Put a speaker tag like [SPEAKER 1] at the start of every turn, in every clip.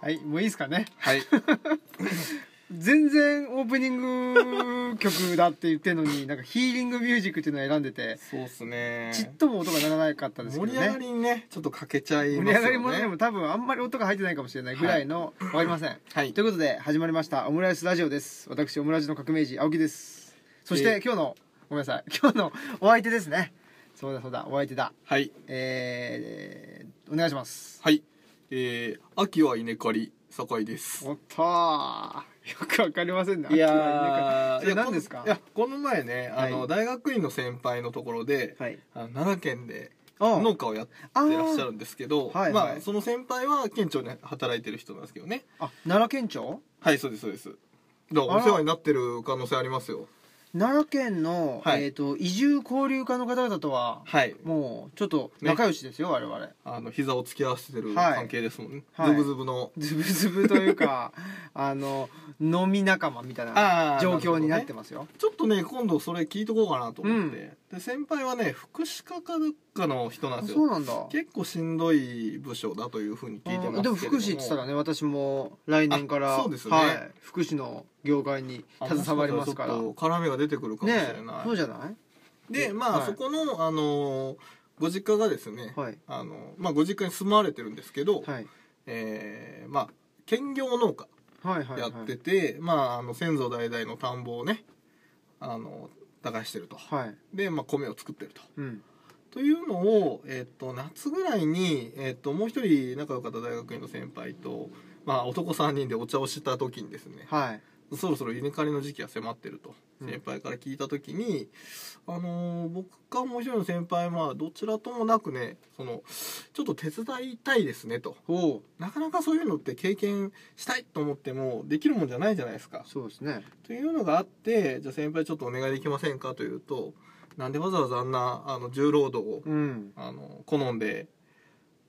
[SPEAKER 1] はいもういいですかね
[SPEAKER 2] はい。
[SPEAKER 1] 全然オープニング曲だって言ってんのになんかヒーリングミュージックっていうのを選んでて
[SPEAKER 2] そうっすね。
[SPEAKER 1] ちっとも音が鳴らなかったんです
[SPEAKER 2] 盛
[SPEAKER 1] け
[SPEAKER 2] り
[SPEAKER 1] ど
[SPEAKER 2] 上が
[SPEAKER 1] ね
[SPEAKER 2] りにね、ちょっと欠けちゃい
[SPEAKER 1] 盛
[SPEAKER 2] ますよね。
[SPEAKER 1] り上がりもでも多分あんまり音が入ってないかもしれないぐらいの、わかりません、
[SPEAKER 2] はい
[SPEAKER 1] ということで始まりましたオムライスラジオです私オムラジの革命児青木ですそして、
[SPEAKER 2] えー
[SPEAKER 1] 今日のごめんなさい今日のお相手ですねそうだそうだお相手だ
[SPEAKER 2] はい。
[SPEAKER 1] えー、お願いします
[SPEAKER 2] はい。えー、秋は稲刈り、酒井です。
[SPEAKER 1] おっとーよくわかりませんね
[SPEAKER 2] ー
[SPEAKER 1] それ
[SPEAKER 2] いや
[SPEAKER 1] 何ですか
[SPEAKER 2] このいや、この前ね、あの、
[SPEAKER 1] はい
[SPEAKER 2] 大学院の先輩のところで、
[SPEAKER 1] はい
[SPEAKER 2] あの奈良県で
[SPEAKER 1] うん
[SPEAKER 2] 農家をやってらっしゃるんですけど、
[SPEAKER 1] あーはい
[SPEAKER 2] ま
[SPEAKER 1] は
[SPEAKER 2] あ、
[SPEAKER 1] い
[SPEAKER 2] その先輩は県庁で働いてる人なんですけどね。
[SPEAKER 1] あ奈良県庁
[SPEAKER 2] はい、そうです、そうです。だから
[SPEAKER 1] あ
[SPEAKER 2] お
[SPEAKER 1] ら
[SPEAKER 2] 世話になってる可能性ありますよ。
[SPEAKER 1] 奈良県の、
[SPEAKER 2] はい
[SPEAKER 1] えー、と移住交流課の方々とは
[SPEAKER 2] はい。
[SPEAKER 1] もうちょっと仲良しですよ、我々
[SPEAKER 2] あの、膝を突き合わせてる
[SPEAKER 1] はい
[SPEAKER 2] 関係ですもんね。
[SPEAKER 1] はい
[SPEAKER 2] ズブズブの。
[SPEAKER 1] ズブズブという かあの飲み仲間みたい
[SPEAKER 2] あ
[SPEAKER 1] な
[SPEAKER 2] ー
[SPEAKER 1] 状況になってますよ、
[SPEAKER 2] ちょっとね、今度それ聞いとこうかなと思って。で、先輩はね、福祉課かどっかの人なん
[SPEAKER 1] あ
[SPEAKER 2] です
[SPEAKER 1] そう
[SPEAKER 2] よ。
[SPEAKER 1] なんだ
[SPEAKER 2] 結構しんどい部署だというふうに聞いてますけれども。
[SPEAKER 1] でも福祉って言ってたらね私も来年から
[SPEAKER 2] あそうですね
[SPEAKER 1] はい、福祉の業界に携わりますから
[SPEAKER 2] あもししたらちょっと絡みが出てくるかもし
[SPEAKER 1] ね
[SPEAKER 2] れない。
[SPEAKER 1] そうじゃない
[SPEAKER 2] で、まあ、
[SPEAKER 1] はい
[SPEAKER 2] そこの、あのーご実家がですね、
[SPEAKER 1] はい
[SPEAKER 2] あのまあ、ご実家に住まわれてるんですけど、
[SPEAKER 1] はい
[SPEAKER 2] えーまあ、兼業農家
[SPEAKER 1] はいはいはい
[SPEAKER 2] やってて、まあ、あの先祖代々の田んぼをね、あの耕してると。
[SPEAKER 1] はい
[SPEAKER 2] で、まあ、米を作ってると。
[SPEAKER 1] うん
[SPEAKER 2] というのを、えっと夏ぐらいに、えっともう一人仲良かった大学院の先輩と、まあ、男3人でお茶をした時にですね
[SPEAKER 1] はい
[SPEAKER 2] そろそろ稲刈りの時期が迫ってると
[SPEAKER 1] うん
[SPEAKER 2] 先輩から聞いた時に、あのー僕かもう一人の先輩はまあどちらともなくねそのちょっと手伝いたいですねと
[SPEAKER 1] おう
[SPEAKER 2] なかなかそういうのって経験したいと思ってもできるもんじゃないじゃないですか。
[SPEAKER 1] そうですね
[SPEAKER 2] というのがあってじゃあ先輩ちょっとお願いできませんかというとなんでわざわざあんなあの重労働を
[SPEAKER 1] うん
[SPEAKER 2] あの好んで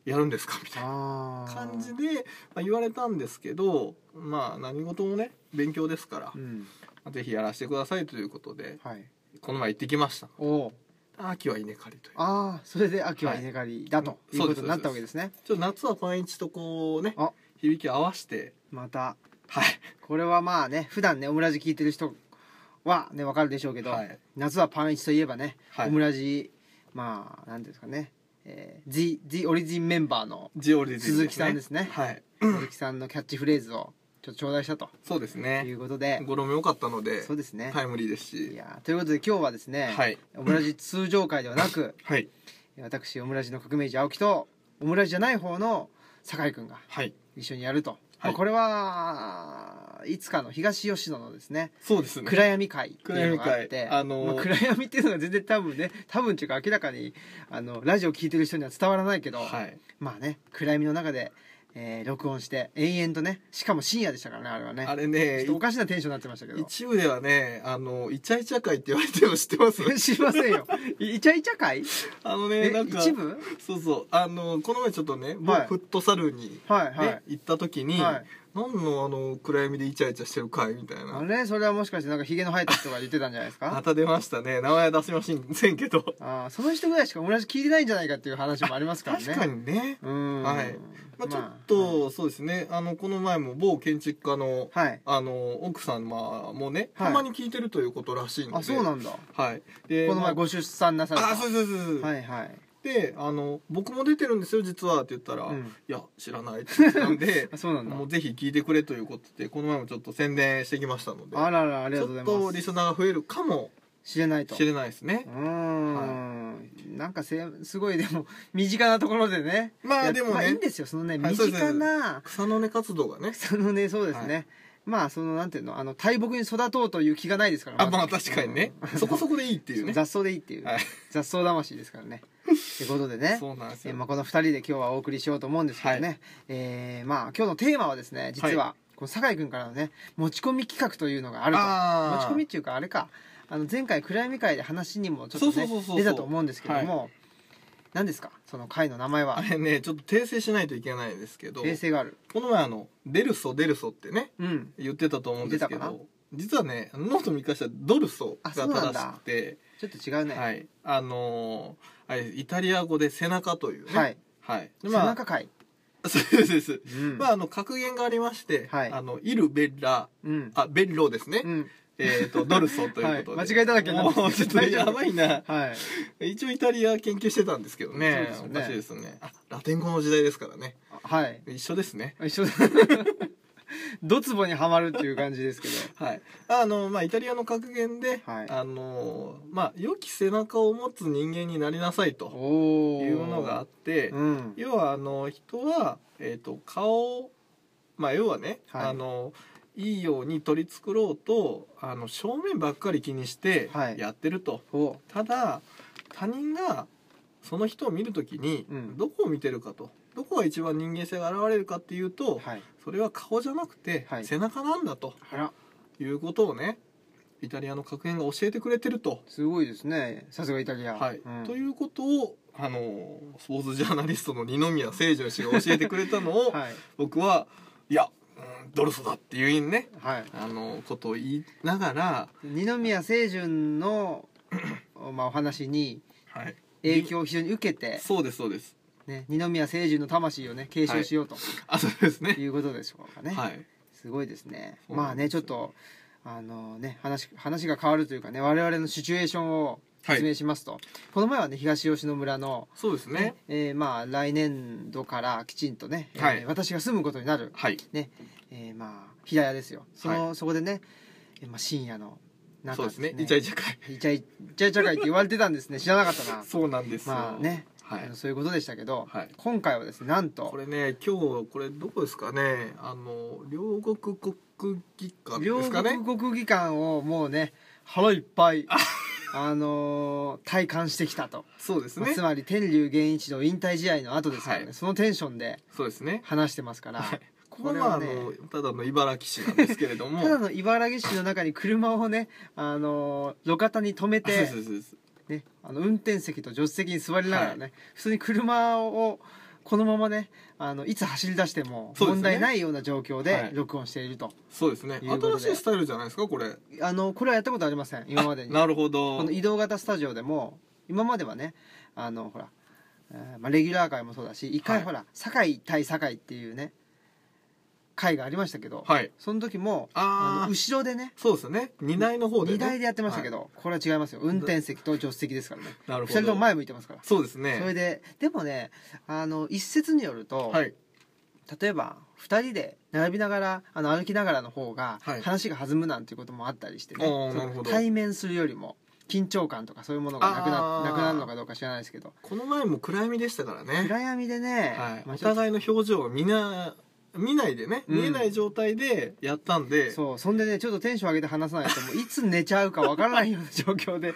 [SPEAKER 2] やるんですかみたいな
[SPEAKER 1] ああ
[SPEAKER 2] 感じで、まあ、言われたんですけどまあ何事もね勉強ですから
[SPEAKER 1] う、ん
[SPEAKER 2] ぜひやらせてくださいということで
[SPEAKER 1] はい
[SPEAKER 2] この前行ってきました
[SPEAKER 1] おう
[SPEAKER 2] 秋は稲刈りという
[SPEAKER 1] ああそれで秋は稲刈りだと
[SPEAKER 2] はい
[SPEAKER 1] いうことになったわけですね
[SPEAKER 2] ちょっと夏はパンイチとこうね
[SPEAKER 1] あ
[SPEAKER 2] 響き合わせて
[SPEAKER 1] また
[SPEAKER 2] はい
[SPEAKER 1] これはまあね普段ねオムラジ聞いてる人はねわかるでしょうけど、
[SPEAKER 2] はい
[SPEAKER 1] 夏はパンイチといえばね、
[SPEAKER 2] はい
[SPEAKER 1] オムラジまあなんていうんですかね、えー、The, The オリジンメンバーの
[SPEAKER 2] ジオリジン
[SPEAKER 1] 鈴木さんですね
[SPEAKER 2] はい
[SPEAKER 1] 鈴木さんのキャッチフレーズをちょっと頂戴したと
[SPEAKER 2] そうです
[SPEAKER 1] い
[SPEAKER 2] ね
[SPEAKER 1] うことで、
[SPEAKER 2] 語呂も良かったので
[SPEAKER 1] そうですね、
[SPEAKER 2] タイムリーです
[SPEAKER 1] い
[SPEAKER 2] し
[SPEAKER 1] やーということで今日はですね、
[SPEAKER 2] はい
[SPEAKER 1] オムラジ通常会ではなく
[SPEAKER 2] はい
[SPEAKER 1] 私オムラジの革命児青木とオムラジじゃない方の酒井君が
[SPEAKER 2] はい
[SPEAKER 1] 一緒にやると、まあ
[SPEAKER 2] はい
[SPEAKER 1] これはいつかの東吉野のですね
[SPEAKER 2] そうですね
[SPEAKER 1] 暗闇会っていうのがあっ
[SPEAKER 2] 暗闇
[SPEAKER 1] て
[SPEAKER 2] 会あのー
[SPEAKER 1] まあ暗闇っていうのが全然多分ね多分っていうか明らかにあのラジオ聞いてる人には伝わらないけど、
[SPEAKER 2] はい
[SPEAKER 1] まあね暗闇の中で、えー録音して延々とねしかも深夜でしたからねあれはね
[SPEAKER 2] あれ
[SPEAKER 1] ちょ
[SPEAKER 2] ね
[SPEAKER 1] っとおかしなテンションになってましたけど
[SPEAKER 2] 一部ではねあのイチャイチャ会って言われてるの知ってます
[SPEAKER 1] 知りません よいイチャイチャ会
[SPEAKER 2] あの
[SPEAKER 1] え
[SPEAKER 2] ねなんか
[SPEAKER 1] 一部
[SPEAKER 2] そうそうあのこの前ちょっとね、僕
[SPEAKER 1] はい
[SPEAKER 2] フットサルに、
[SPEAKER 1] はい
[SPEAKER 2] ね
[SPEAKER 1] はい、
[SPEAKER 2] 行った時に、
[SPEAKER 1] はい
[SPEAKER 2] 何のあの暗闇でイチャイチャしてる会みたい
[SPEAKER 1] あ
[SPEAKER 2] な
[SPEAKER 1] のねそれはもしかしてなんかヒゲの生えた人が言ってたんじゃないです
[SPEAKER 2] ま
[SPEAKER 1] か
[SPEAKER 2] た出ましたね名前は出せませんけど、
[SPEAKER 1] あーその人ぐらいしか同じ聞いてないんじゃないかっていう話もありますからね
[SPEAKER 2] 確かにね、
[SPEAKER 1] うん、
[SPEAKER 2] はいまあ、ちょっ
[SPEAKER 1] まあ
[SPEAKER 2] と、そうですねあのこの前も某建築家の
[SPEAKER 1] はい
[SPEAKER 2] あの奥様もね
[SPEAKER 1] はい
[SPEAKER 2] たまに聞いてるということらしいので、
[SPEAKER 1] あそうなんだ
[SPEAKER 2] はいで
[SPEAKER 1] この前
[SPEAKER 2] ま
[SPEAKER 1] ご出産なされた
[SPEAKER 2] ああそうそうそうそう、
[SPEAKER 1] はいはい
[SPEAKER 2] であの「僕も出てるんですよ実は」って言ったら
[SPEAKER 1] う
[SPEAKER 2] 「
[SPEAKER 1] ん
[SPEAKER 2] いや知らない」って言ったんで
[SPEAKER 1] あ そうなんだ
[SPEAKER 2] もうぜひ聞いてくれということでこの前もちょっと宣伝してきましたので
[SPEAKER 1] あららありがとうござい
[SPEAKER 2] ちょっ
[SPEAKER 1] ま
[SPEAKER 2] とリ
[SPEAKER 1] す
[SPEAKER 2] スナーが増えるかも
[SPEAKER 1] 知れないと
[SPEAKER 2] しれないですね
[SPEAKER 1] うーん、なんかせすごいでも 身近なところでね
[SPEAKER 2] ま
[SPEAKER 1] い
[SPEAKER 2] あ
[SPEAKER 1] や
[SPEAKER 2] でも
[SPEAKER 1] まあいい
[SPEAKER 2] ね
[SPEAKER 1] んですよそのね
[SPEAKER 2] はい
[SPEAKER 1] 身近な
[SPEAKER 2] 草の根活動がね
[SPEAKER 1] そのねそうですね、
[SPEAKER 2] は
[SPEAKER 1] まあそのなんていうのあの大木に育とうという気がないですから
[SPEAKER 2] あまあ
[SPEAKER 1] ず
[SPEAKER 2] 確かにね
[SPEAKER 1] うん
[SPEAKER 2] そこそこでいいっていう ね
[SPEAKER 1] 雑草でいいっていう、
[SPEAKER 2] はい
[SPEAKER 1] 雑草魂ですからねってことでね
[SPEAKER 2] そうなんです
[SPEAKER 1] えー
[SPEAKER 2] よ
[SPEAKER 1] まあ、この2人で今日はお送りしようと思うんですけどね、
[SPEAKER 2] は
[SPEAKER 1] えーまあ、今日のテーマはですね実は、この酒井君からのね持ち込み企画というのがあると
[SPEAKER 2] あー
[SPEAKER 1] 持ち込みっていうかあれかあの前回暗闇会で話にもちょっと
[SPEAKER 2] そう
[SPEAKER 1] ね
[SPEAKER 2] そうそうそう
[SPEAKER 1] 出たと思うんですけども、何ですかその会の名前
[SPEAKER 2] あ
[SPEAKER 1] は
[SPEAKER 2] れねちょっと訂正しないといけないんですけど
[SPEAKER 1] 訂正がある
[SPEAKER 2] この前あの「デルソデルソ」ってね
[SPEAKER 1] うん
[SPEAKER 2] 言ってたと思うんです
[SPEAKER 1] 言
[SPEAKER 2] け
[SPEAKER 1] ってたか
[SPEAKER 2] ど実はねノート見返したらドルソが
[SPEAKER 1] あそうなん
[SPEAKER 2] 正
[SPEAKER 1] だ
[SPEAKER 2] しくて
[SPEAKER 1] ちょっと違うね
[SPEAKER 2] はいあのーあれイタリア語で背中というね
[SPEAKER 1] はい
[SPEAKER 2] はい
[SPEAKER 1] 背
[SPEAKER 2] でまあ
[SPEAKER 1] 中会
[SPEAKER 2] そうですそうです、
[SPEAKER 1] うん
[SPEAKER 2] まああの格言がありまして、
[SPEAKER 1] はい
[SPEAKER 2] あのイルベッラ
[SPEAKER 1] うん
[SPEAKER 2] あベッロですね、
[SPEAKER 1] うん
[SPEAKER 2] えっ、とドルソということで、
[SPEAKER 1] はい間違えただけになって
[SPEAKER 2] もうちょっと
[SPEAKER 1] 大丈夫
[SPEAKER 2] やばいな
[SPEAKER 1] はい
[SPEAKER 2] 一応イタリア研究してたんですけどね
[SPEAKER 1] そうですよ
[SPEAKER 2] お
[SPEAKER 1] ね
[SPEAKER 2] かしいですねあラテン語の時代ですからね
[SPEAKER 1] はい
[SPEAKER 2] 一緒ですね
[SPEAKER 1] 一緒 だドツボにはまるっていう感じですけど
[SPEAKER 2] はいあのまあイタリアの格言で、
[SPEAKER 1] はい
[SPEAKER 2] あのまあ良き背中を持つ人間になりなさいと
[SPEAKER 1] おお
[SPEAKER 2] いうものがあって、
[SPEAKER 1] うん
[SPEAKER 2] 要はあの人は、えー、と顔をまあ要はね、
[SPEAKER 1] はい
[SPEAKER 2] あのいいように取り繕うとあの正面ばっかり気にして
[SPEAKER 1] はい
[SPEAKER 2] やってると、
[SPEAKER 1] お
[SPEAKER 2] ただ他人がその人を見るときに、
[SPEAKER 1] うん
[SPEAKER 2] どこを見てるかとどこが一番人間性が現れるかっていうと、
[SPEAKER 1] はい
[SPEAKER 2] それは顔じゃなくて、
[SPEAKER 1] はい
[SPEAKER 2] 背中なんだと
[SPEAKER 1] あら
[SPEAKER 2] いうことをねイタリアの格言が教えてくれてると。
[SPEAKER 1] すごいですねさすがイタリア
[SPEAKER 2] はい
[SPEAKER 1] うん
[SPEAKER 2] ということをあのスポーツジャーナリストの二宮清純氏が教えてくれたの を、
[SPEAKER 1] はい
[SPEAKER 2] 僕はいや、うん、ドルソだっていう意味ね
[SPEAKER 1] はい
[SPEAKER 2] あのことを言いながら、
[SPEAKER 1] 二宮清純 のまあお話に
[SPEAKER 2] はい、
[SPEAKER 1] 影響を非常に受けて、
[SPEAKER 2] そうですそうです
[SPEAKER 1] ね、二宮清純の魂をね継承しようと
[SPEAKER 2] あそうですね
[SPEAKER 1] いうことでしょうかね、
[SPEAKER 2] はい
[SPEAKER 1] すごいですね
[SPEAKER 2] そう
[SPEAKER 1] ま
[SPEAKER 2] な
[SPEAKER 1] あ
[SPEAKER 2] んで
[SPEAKER 1] ね
[SPEAKER 2] す
[SPEAKER 1] ちょ
[SPEAKER 2] よ
[SPEAKER 1] っとあのね話話が変わるというかね我々のシチュエーションを説明しますと、この前はね東吉野村の、
[SPEAKER 2] そうですね
[SPEAKER 1] ねえーまあ、来年度からきちんとね、えー
[SPEAKER 2] はい
[SPEAKER 1] 私が住むことになる、
[SPEAKER 2] はい
[SPEAKER 1] えーまあ、平屋ですよその、そこでね、えーまあ、深夜の
[SPEAKER 2] そ
[SPEAKER 1] 中
[SPEAKER 2] うですねイチャイチャ会
[SPEAKER 1] イチャイチャイチャ会って言われてたんですね知らなかったな
[SPEAKER 2] そうなんですよ、
[SPEAKER 1] まあね、
[SPEAKER 2] はい
[SPEAKER 1] あのそういうことでしたけど、
[SPEAKER 2] はい
[SPEAKER 1] 今回はですねなんと
[SPEAKER 2] これね今日これどこですかねあの両国国技館
[SPEAKER 1] 両
[SPEAKER 2] ですかね
[SPEAKER 1] 国国技館をもうね腹いっぱいあのー体感してきたと、
[SPEAKER 2] そうです
[SPEAKER 1] まあ
[SPEAKER 2] ね
[SPEAKER 1] つまり天竜源一の引退試合の後ですからね、
[SPEAKER 2] はい
[SPEAKER 1] そのテンションで
[SPEAKER 2] そうですね
[SPEAKER 1] 話してますから、
[SPEAKER 2] はいこ
[SPEAKER 1] こ
[SPEAKER 2] こ
[SPEAKER 1] れ
[SPEAKER 2] は
[SPEAKER 1] は
[SPEAKER 2] あ
[SPEAKER 1] ね
[SPEAKER 2] のただの茨城市なんですけれども
[SPEAKER 1] ただの茨城市の中に車をね、あのー路肩に止め
[SPEAKER 2] あそうで
[SPEAKER 1] て
[SPEAKER 2] す、そうです
[SPEAKER 1] ね、あの運転席と助手席に座りながらね、普通に車をこのままねあのいつ走り出しても
[SPEAKER 2] そうです
[SPEAKER 1] 問
[SPEAKER 2] ね
[SPEAKER 1] 題ないような状況
[SPEAKER 2] は
[SPEAKER 1] で
[SPEAKER 2] い
[SPEAKER 1] 録音していると、
[SPEAKER 2] そうですね
[SPEAKER 1] いうことで
[SPEAKER 2] 新しいスタイルじゃないですかこれ
[SPEAKER 1] あのこれはやったことありません今までに
[SPEAKER 2] なるほど
[SPEAKER 1] この移動型スタジオでも今まではねあのほら、えーまあ、レギュラー会もそうだし一
[SPEAKER 2] は
[SPEAKER 1] 回
[SPEAKER 2] い
[SPEAKER 1] ほら、堺対堺っていうね会がありましたけど、
[SPEAKER 2] はい
[SPEAKER 1] その時も
[SPEAKER 2] あー
[SPEAKER 1] の後ろでね
[SPEAKER 2] そうですね荷台の方で、ね、
[SPEAKER 1] 荷台でやってましたけど、これは違いますよ運転席と助手席ですからね
[SPEAKER 2] なる
[SPEAKER 1] 2
[SPEAKER 2] ほど
[SPEAKER 1] 人とも前向いてますから、
[SPEAKER 2] そうです
[SPEAKER 1] それ
[SPEAKER 2] ね
[SPEAKER 1] ででもねあの一説によると、
[SPEAKER 2] はい
[SPEAKER 1] 例えば2人で並びながらあの歩きながらの方が
[SPEAKER 2] はい
[SPEAKER 1] 話が弾むなんていうこともあったりしてね、
[SPEAKER 2] おー
[SPEAKER 1] その
[SPEAKER 2] なるほど
[SPEAKER 1] 対面するよりも緊張感とかそういうものがなくな
[SPEAKER 2] あー
[SPEAKER 1] なくなるのかどうか知らないですけど
[SPEAKER 2] この前も暗闇でしたからね、
[SPEAKER 1] 暗闇でね、
[SPEAKER 2] はい
[SPEAKER 1] まあち
[SPEAKER 2] お
[SPEAKER 1] ょっと
[SPEAKER 2] 互いの表情を見な見ないでね、
[SPEAKER 1] うん
[SPEAKER 2] 見えない状態でやったんで
[SPEAKER 1] そうそんでねちょっとテンション上げて話さないともういつ寝ちゃうかわからないような状況で、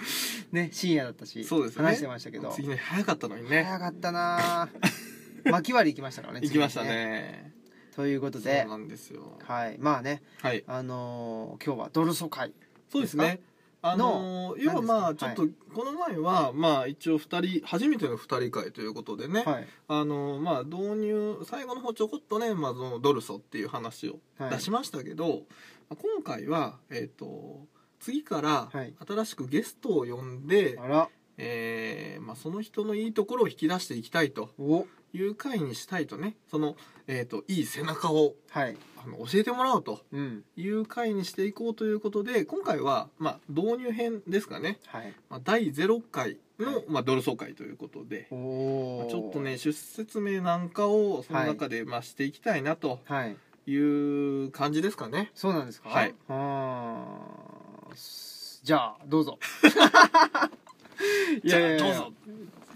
[SPEAKER 1] ね、深夜だったし、
[SPEAKER 2] そうですね
[SPEAKER 1] 話してましたけど
[SPEAKER 2] 次の日早かったのにね
[SPEAKER 1] 早かったなぁ巻き割り行きましたからね
[SPEAKER 2] 行きました
[SPEAKER 1] 次の日
[SPEAKER 2] ね
[SPEAKER 1] ということ
[SPEAKER 2] そう
[SPEAKER 1] で
[SPEAKER 2] なんですよ
[SPEAKER 1] はいまあね
[SPEAKER 2] はい
[SPEAKER 1] あのー今日はドルソ会
[SPEAKER 2] そうですねあの
[SPEAKER 1] の
[SPEAKER 2] 要はま
[SPEAKER 1] 何
[SPEAKER 2] あ
[SPEAKER 1] で
[SPEAKER 2] ち
[SPEAKER 1] す
[SPEAKER 2] ょ
[SPEAKER 1] か
[SPEAKER 2] っとこの前はまあ一応2人初めての2人会ということでね、
[SPEAKER 1] はい
[SPEAKER 2] あのまあ導入最後の方ちょこっとね、まあ、そのドルソっていう話を
[SPEAKER 1] はい
[SPEAKER 2] 出しましたけど、今回は、えー、と次から
[SPEAKER 1] はい
[SPEAKER 2] 新しくゲストを呼んで、
[SPEAKER 1] あら
[SPEAKER 2] えーまあ、その人のいいところを引き出していきたいと
[SPEAKER 1] お
[SPEAKER 2] いう回にしたいとねその、えー、といい背中を
[SPEAKER 1] はい
[SPEAKER 2] あの教えてもらおうと
[SPEAKER 1] うん
[SPEAKER 2] いう回にしていこうということで今回は、まあ、導入編ですかね、
[SPEAKER 1] はい
[SPEAKER 2] まあ、第0回の、
[SPEAKER 1] はい
[SPEAKER 2] まあ、ドルソ会ということで。
[SPEAKER 1] お
[SPEAKER 2] まあ
[SPEAKER 1] お
[SPEAKER 2] ちょっとね出説明なんかをその中で、まあ、していきたいなと
[SPEAKER 1] はい
[SPEAKER 2] いう感じですかね。
[SPEAKER 1] そうなんですか
[SPEAKER 2] はいう
[SPEAKER 1] ーんすじゃあどう ぞいやいやいや
[SPEAKER 2] じゃあどうぞ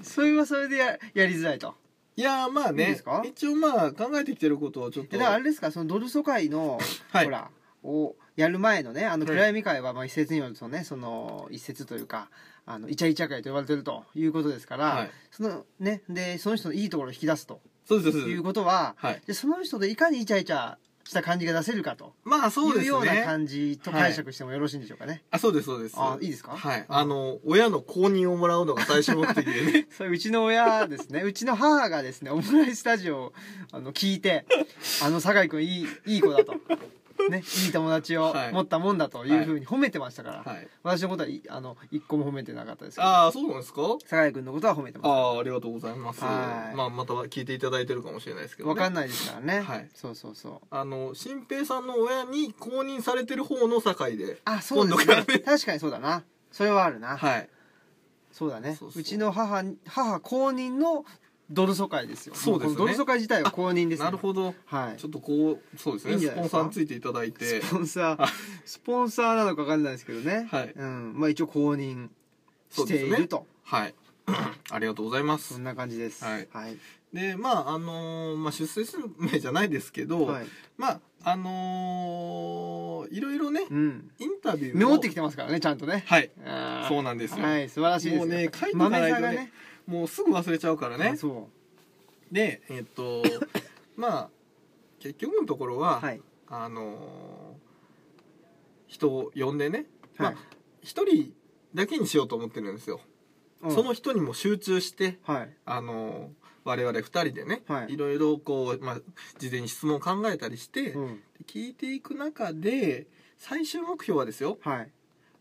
[SPEAKER 1] それはそれでややりづらいと
[SPEAKER 2] いやーまあ
[SPEAKER 1] いい
[SPEAKER 2] ね
[SPEAKER 1] ですか
[SPEAKER 2] 一応まあ考えてきてることをちょっ
[SPEAKER 1] え
[SPEAKER 2] と
[SPEAKER 1] だからあれですかそのドルソ会の、
[SPEAKER 2] はい
[SPEAKER 1] ほらをやる前のねあの
[SPEAKER 2] はい
[SPEAKER 1] 暗闇会はまあ一説によるとねその一説というかあのイチャイチャ会と呼ばれてるということですから、
[SPEAKER 2] はい、
[SPEAKER 1] そのねでその人のいいところを引き出すと
[SPEAKER 2] そうですそう
[SPEAKER 1] い
[SPEAKER 2] で
[SPEAKER 1] う
[SPEAKER 2] す
[SPEAKER 1] ことは
[SPEAKER 2] はい
[SPEAKER 1] でその人でいかにイチャイチャした感じが出せるかと
[SPEAKER 2] まあそう
[SPEAKER 1] いう
[SPEAKER 2] で
[SPEAKER 1] よ
[SPEAKER 2] す
[SPEAKER 1] うな
[SPEAKER 2] ね
[SPEAKER 1] 感じと解釈してもよろしいんでしょうかね。
[SPEAKER 2] あそうですそうです
[SPEAKER 1] あいいですか
[SPEAKER 2] はい
[SPEAKER 1] あ
[SPEAKER 2] あの親の公認をもらうのが最終目的で ね
[SPEAKER 1] それうちの親です ねうちの母がですねオムライスタジオをあの聞いて「あの酒井君いいいい子だ」とね、いい友達を
[SPEAKER 2] はい
[SPEAKER 1] 持ったもんだというふうに褒めてましたから、
[SPEAKER 2] はい、
[SPEAKER 1] 私のことはいあの一個も褒めてなかったですけど
[SPEAKER 2] ああそうなんですか
[SPEAKER 1] 酒井君のことは褒めて
[SPEAKER 2] あ
[SPEAKER 1] ま
[SPEAKER 2] あありがとうございます、
[SPEAKER 1] はい
[SPEAKER 2] まあ、または聞いていただいてるかもしれないですけ
[SPEAKER 1] す
[SPEAKER 2] ど、ね、
[SPEAKER 1] 分かんないですからね、
[SPEAKER 2] はい
[SPEAKER 1] そうそうそう
[SPEAKER 2] あの新平さんの親に公認されてる方の酒井で
[SPEAKER 1] あそうです
[SPEAKER 2] 今度
[SPEAKER 1] ね
[SPEAKER 2] からね
[SPEAKER 1] 確かにそうだなそれはあるな、
[SPEAKER 2] はい
[SPEAKER 1] そうだね
[SPEAKER 2] そう
[SPEAKER 1] う
[SPEAKER 2] そう
[SPEAKER 1] ちの母に母公認のドルソ会ですよ
[SPEAKER 2] そうですね
[SPEAKER 1] もこのドルソ会自体は公認です、ね、
[SPEAKER 2] なるほど
[SPEAKER 1] はい
[SPEAKER 2] ちょっとこうそうですね
[SPEAKER 1] いいんじゃない
[SPEAKER 2] スポ
[SPEAKER 1] で
[SPEAKER 2] ン
[SPEAKER 1] すか
[SPEAKER 2] サーについていただいて
[SPEAKER 1] スポンサ
[SPEAKER 2] あ
[SPEAKER 1] ースポンサーなのか分かんないですけどね、
[SPEAKER 2] はい
[SPEAKER 1] うんまあ、一応公認
[SPEAKER 2] そう
[SPEAKER 1] し
[SPEAKER 2] で
[SPEAKER 1] て
[SPEAKER 2] す
[SPEAKER 1] い
[SPEAKER 2] ね
[SPEAKER 1] ると
[SPEAKER 2] はい ありがとうございま
[SPEAKER 1] そ,、
[SPEAKER 2] す
[SPEAKER 1] んな感じです
[SPEAKER 2] はい
[SPEAKER 1] はい
[SPEAKER 2] でまああのーまあ、出世する名じゃないですけど、
[SPEAKER 1] はい
[SPEAKER 2] まああのーいろいろね
[SPEAKER 1] うん、
[SPEAKER 2] インタビュー
[SPEAKER 1] メモってき
[SPEAKER 2] て
[SPEAKER 1] てますからねちゃんとね
[SPEAKER 2] はい
[SPEAKER 1] あー
[SPEAKER 2] そうなんですよ、
[SPEAKER 1] はい素晴らしいです
[SPEAKER 2] もうね書いておかない
[SPEAKER 1] 豆
[SPEAKER 2] とね
[SPEAKER 1] さがね
[SPEAKER 2] もうすぐ忘れちゃうからね
[SPEAKER 1] あそ
[SPEAKER 2] でえっ とまあ結局のところ
[SPEAKER 1] う
[SPEAKER 2] は、
[SPEAKER 1] はい
[SPEAKER 2] あのー人を呼んでねまあ
[SPEAKER 1] はい
[SPEAKER 2] 一人だけにしようと思ってるんですよ、
[SPEAKER 1] うん
[SPEAKER 2] その人にも集中して
[SPEAKER 1] はい
[SPEAKER 2] あのー我々二人でね、
[SPEAKER 1] はい
[SPEAKER 2] ろいろこう、まあ、事前に質問を考えたりして、
[SPEAKER 1] うん
[SPEAKER 2] 聞いていく中で最終目標はですよ
[SPEAKER 1] はい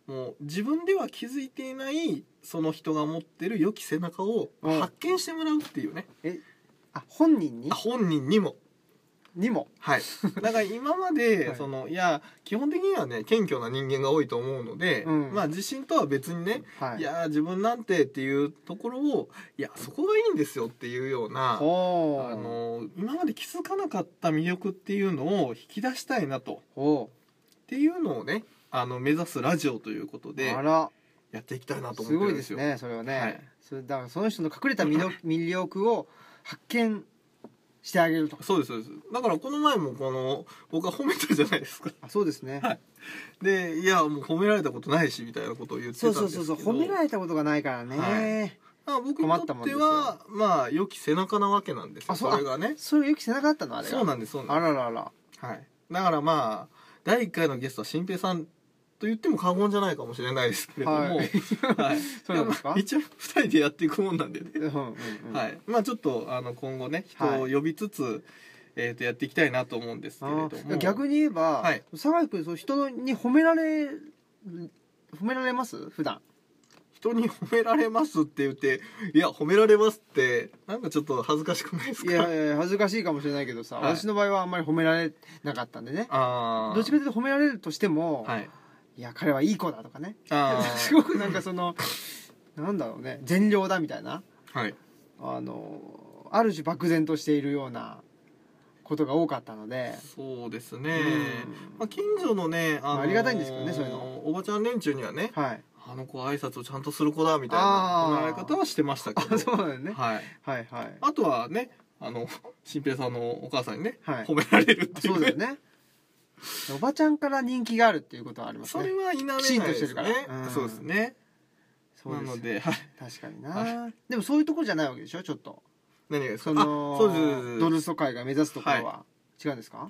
[SPEAKER 2] もう自分では気づいていないその人が持ってる良き背中を
[SPEAKER 1] うん
[SPEAKER 2] 発見してもらうっていうね、
[SPEAKER 1] あ本人に
[SPEAKER 2] あ本人にも
[SPEAKER 1] にも
[SPEAKER 2] はい、だから今まで、
[SPEAKER 1] はい
[SPEAKER 2] そのいや基本的にはね謙虚な人間が多いと思うので、
[SPEAKER 1] うん
[SPEAKER 2] まあ自信とは別にね、
[SPEAKER 1] はい
[SPEAKER 2] い、や自分なんてっていうところをいやそこがいいんですよっていうような、
[SPEAKER 1] ほう
[SPEAKER 2] あの今まで気づかなかった魅力っていうのを引き出したいなと
[SPEAKER 1] ほ
[SPEAKER 2] っていうのをねあの目指すラジオということ
[SPEAKER 1] う
[SPEAKER 2] で
[SPEAKER 1] あら
[SPEAKER 2] やっていきたいなと思
[SPEAKER 1] す
[SPEAKER 2] って
[SPEAKER 1] ご
[SPEAKER 2] る
[SPEAKER 1] い
[SPEAKER 2] ん
[SPEAKER 1] で
[SPEAKER 2] です
[SPEAKER 1] す
[SPEAKER 2] よ。
[SPEAKER 1] ねそれはね、
[SPEAKER 2] はい
[SPEAKER 1] それだからその人の隠れた 魅力魅力を発見してあげると
[SPEAKER 2] そうですそうですだからこの前もこの僕は褒めたじゃないですか
[SPEAKER 1] あそうですね、
[SPEAKER 2] はいでいやもう褒められたことないしみたいなことを言ってた
[SPEAKER 1] そ
[SPEAKER 2] ん
[SPEAKER 1] う
[SPEAKER 2] です
[SPEAKER 1] そ
[SPEAKER 2] け
[SPEAKER 1] う
[SPEAKER 2] ど
[SPEAKER 1] そうそう褒められたことがないからね、
[SPEAKER 2] はまあ、僕にと
[SPEAKER 1] 困
[SPEAKER 2] っ
[SPEAKER 1] ったもんで
[SPEAKER 2] て
[SPEAKER 1] すよ
[SPEAKER 2] はまあ良き背中なわけなんですよ
[SPEAKER 1] あそ
[SPEAKER 2] そうれがね
[SPEAKER 1] そういう勇気背中あったのあれが
[SPEAKER 2] そうなんですそうな
[SPEAKER 1] あ
[SPEAKER 2] んで
[SPEAKER 1] ららら
[SPEAKER 2] す、はい、だからまあ第1回のゲストは新平さんと言っても過言じゃないかもしれないですけれども、は
[SPEAKER 1] はいい そうなんですか
[SPEAKER 2] まあ一応2人でやっていくもんなんでね、
[SPEAKER 1] うんうんうん
[SPEAKER 2] はい、まあちょっとあの今後ね人を呼びつつ、えー、とやっていきたいなと思うんですけれ
[SPEAKER 1] あ
[SPEAKER 2] ども
[SPEAKER 1] ー逆に言えば、
[SPEAKER 2] はい
[SPEAKER 1] 酒井君そう人に褒められ褒められます普段
[SPEAKER 2] 人に褒められますって言っていや褒められますってなんかちょっと恥ずかしくないです
[SPEAKER 1] い
[SPEAKER 2] か
[SPEAKER 1] やいや恥ずかしいかもしれないけどさ、
[SPEAKER 2] はい
[SPEAKER 1] 私の場合はあんまり褒められなかったんでね
[SPEAKER 2] ああ
[SPEAKER 1] どっちかというと褒められるとしても、
[SPEAKER 2] はい
[SPEAKER 1] い、や彼はいい子だとかね
[SPEAKER 2] あ
[SPEAKER 1] すごくなんかそのなんだろうね善良だみたいな
[SPEAKER 2] あはい
[SPEAKER 1] あのある種漠然としているようなことが多かったので
[SPEAKER 2] そうですね、
[SPEAKER 1] うん
[SPEAKER 2] まあ、近所のね、あの
[SPEAKER 1] まあありがたいんですけどねそういうの
[SPEAKER 2] おばちゃん連中にはね
[SPEAKER 1] はい
[SPEAKER 2] あの子挨拶をちゃんとする子だみたいな
[SPEAKER 1] あー
[SPEAKER 2] 褒められ方はしてましたけど
[SPEAKER 1] あそうなんだよね
[SPEAKER 2] はい、
[SPEAKER 1] はい はい
[SPEAKER 2] あとはねあの新平さんのお母さんにね、
[SPEAKER 1] はい
[SPEAKER 2] 褒められるっ
[SPEAKER 1] あ
[SPEAKER 2] てい,、
[SPEAKER 1] そううだよねおばちゃんから人気があるっていうことはあります
[SPEAKER 2] それ
[SPEAKER 1] ね
[SPEAKER 2] は否めないです
[SPEAKER 1] きち
[SPEAKER 2] ね
[SPEAKER 1] んとしてるからうん
[SPEAKER 2] そうですね
[SPEAKER 1] そうです
[SPEAKER 2] な
[SPEAKER 1] よ
[SPEAKER 2] のではい
[SPEAKER 1] 確かに
[SPEAKER 2] は
[SPEAKER 1] なでもそういうとこじゃないわけでしょちょっと
[SPEAKER 2] 何がですか
[SPEAKER 1] そ
[SPEAKER 2] あ
[SPEAKER 1] の
[SPEAKER 2] そうですそうです
[SPEAKER 1] ドルソ会が目指すところは違うんですか、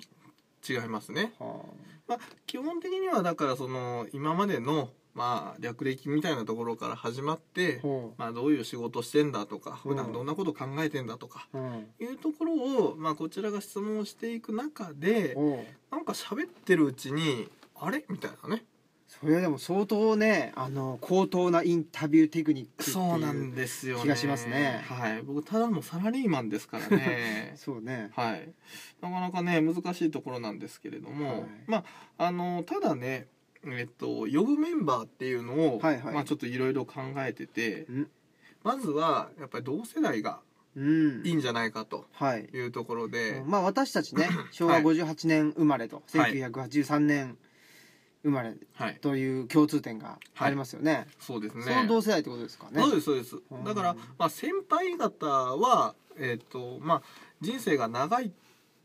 [SPEAKER 2] 違いますね、
[SPEAKER 1] は
[SPEAKER 2] まあ、基本的にはだからその今までのまあ略歴みたいなところから始まって
[SPEAKER 1] あ、ほ
[SPEAKER 2] まあ、どういう仕事してんだとか
[SPEAKER 1] うん
[SPEAKER 2] 普段どんなこと考えてんだとか
[SPEAKER 1] ううん
[SPEAKER 2] いうところを、まあ、こちらが質問していく中で
[SPEAKER 1] おう
[SPEAKER 2] なんか喋ってるうちにあれみたいなね
[SPEAKER 1] それはでも相当ねあの高等なインタビューテクニックっていう
[SPEAKER 2] ですよ
[SPEAKER 1] 気がしますね
[SPEAKER 2] はい、僕ただのサラリーマンですからね
[SPEAKER 1] そうね
[SPEAKER 2] はい、なかなかね難しいところなんですけれども、
[SPEAKER 1] はい
[SPEAKER 2] まああのただねえっと呼ぶメンバーっていうのを、
[SPEAKER 1] はいはい
[SPEAKER 2] まあ、ちょっといろいろ考えてて
[SPEAKER 1] うん
[SPEAKER 2] まずはやっぱり同世代が
[SPEAKER 1] うん
[SPEAKER 2] いいんじゃないかと
[SPEAKER 1] はい
[SPEAKER 2] いうところで、
[SPEAKER 1] まあ私たち ね昭和58年生まれと、
[SPEAKER 2] はい
[SPEAKER 1] 1983年生まれ
[SPEAKER 2] はい
[SPEAKER 1] という共通点がありますよね、
[SPEAKER 2] そうですね
[SPEAKER 1] その同世代ってことですかね
[SPEAKER 2] そうですそうです
[SPEAKER 1] うん
[SPEAKER 2] だから、まあ、先輩方は、えっとまあ、人生が長いっ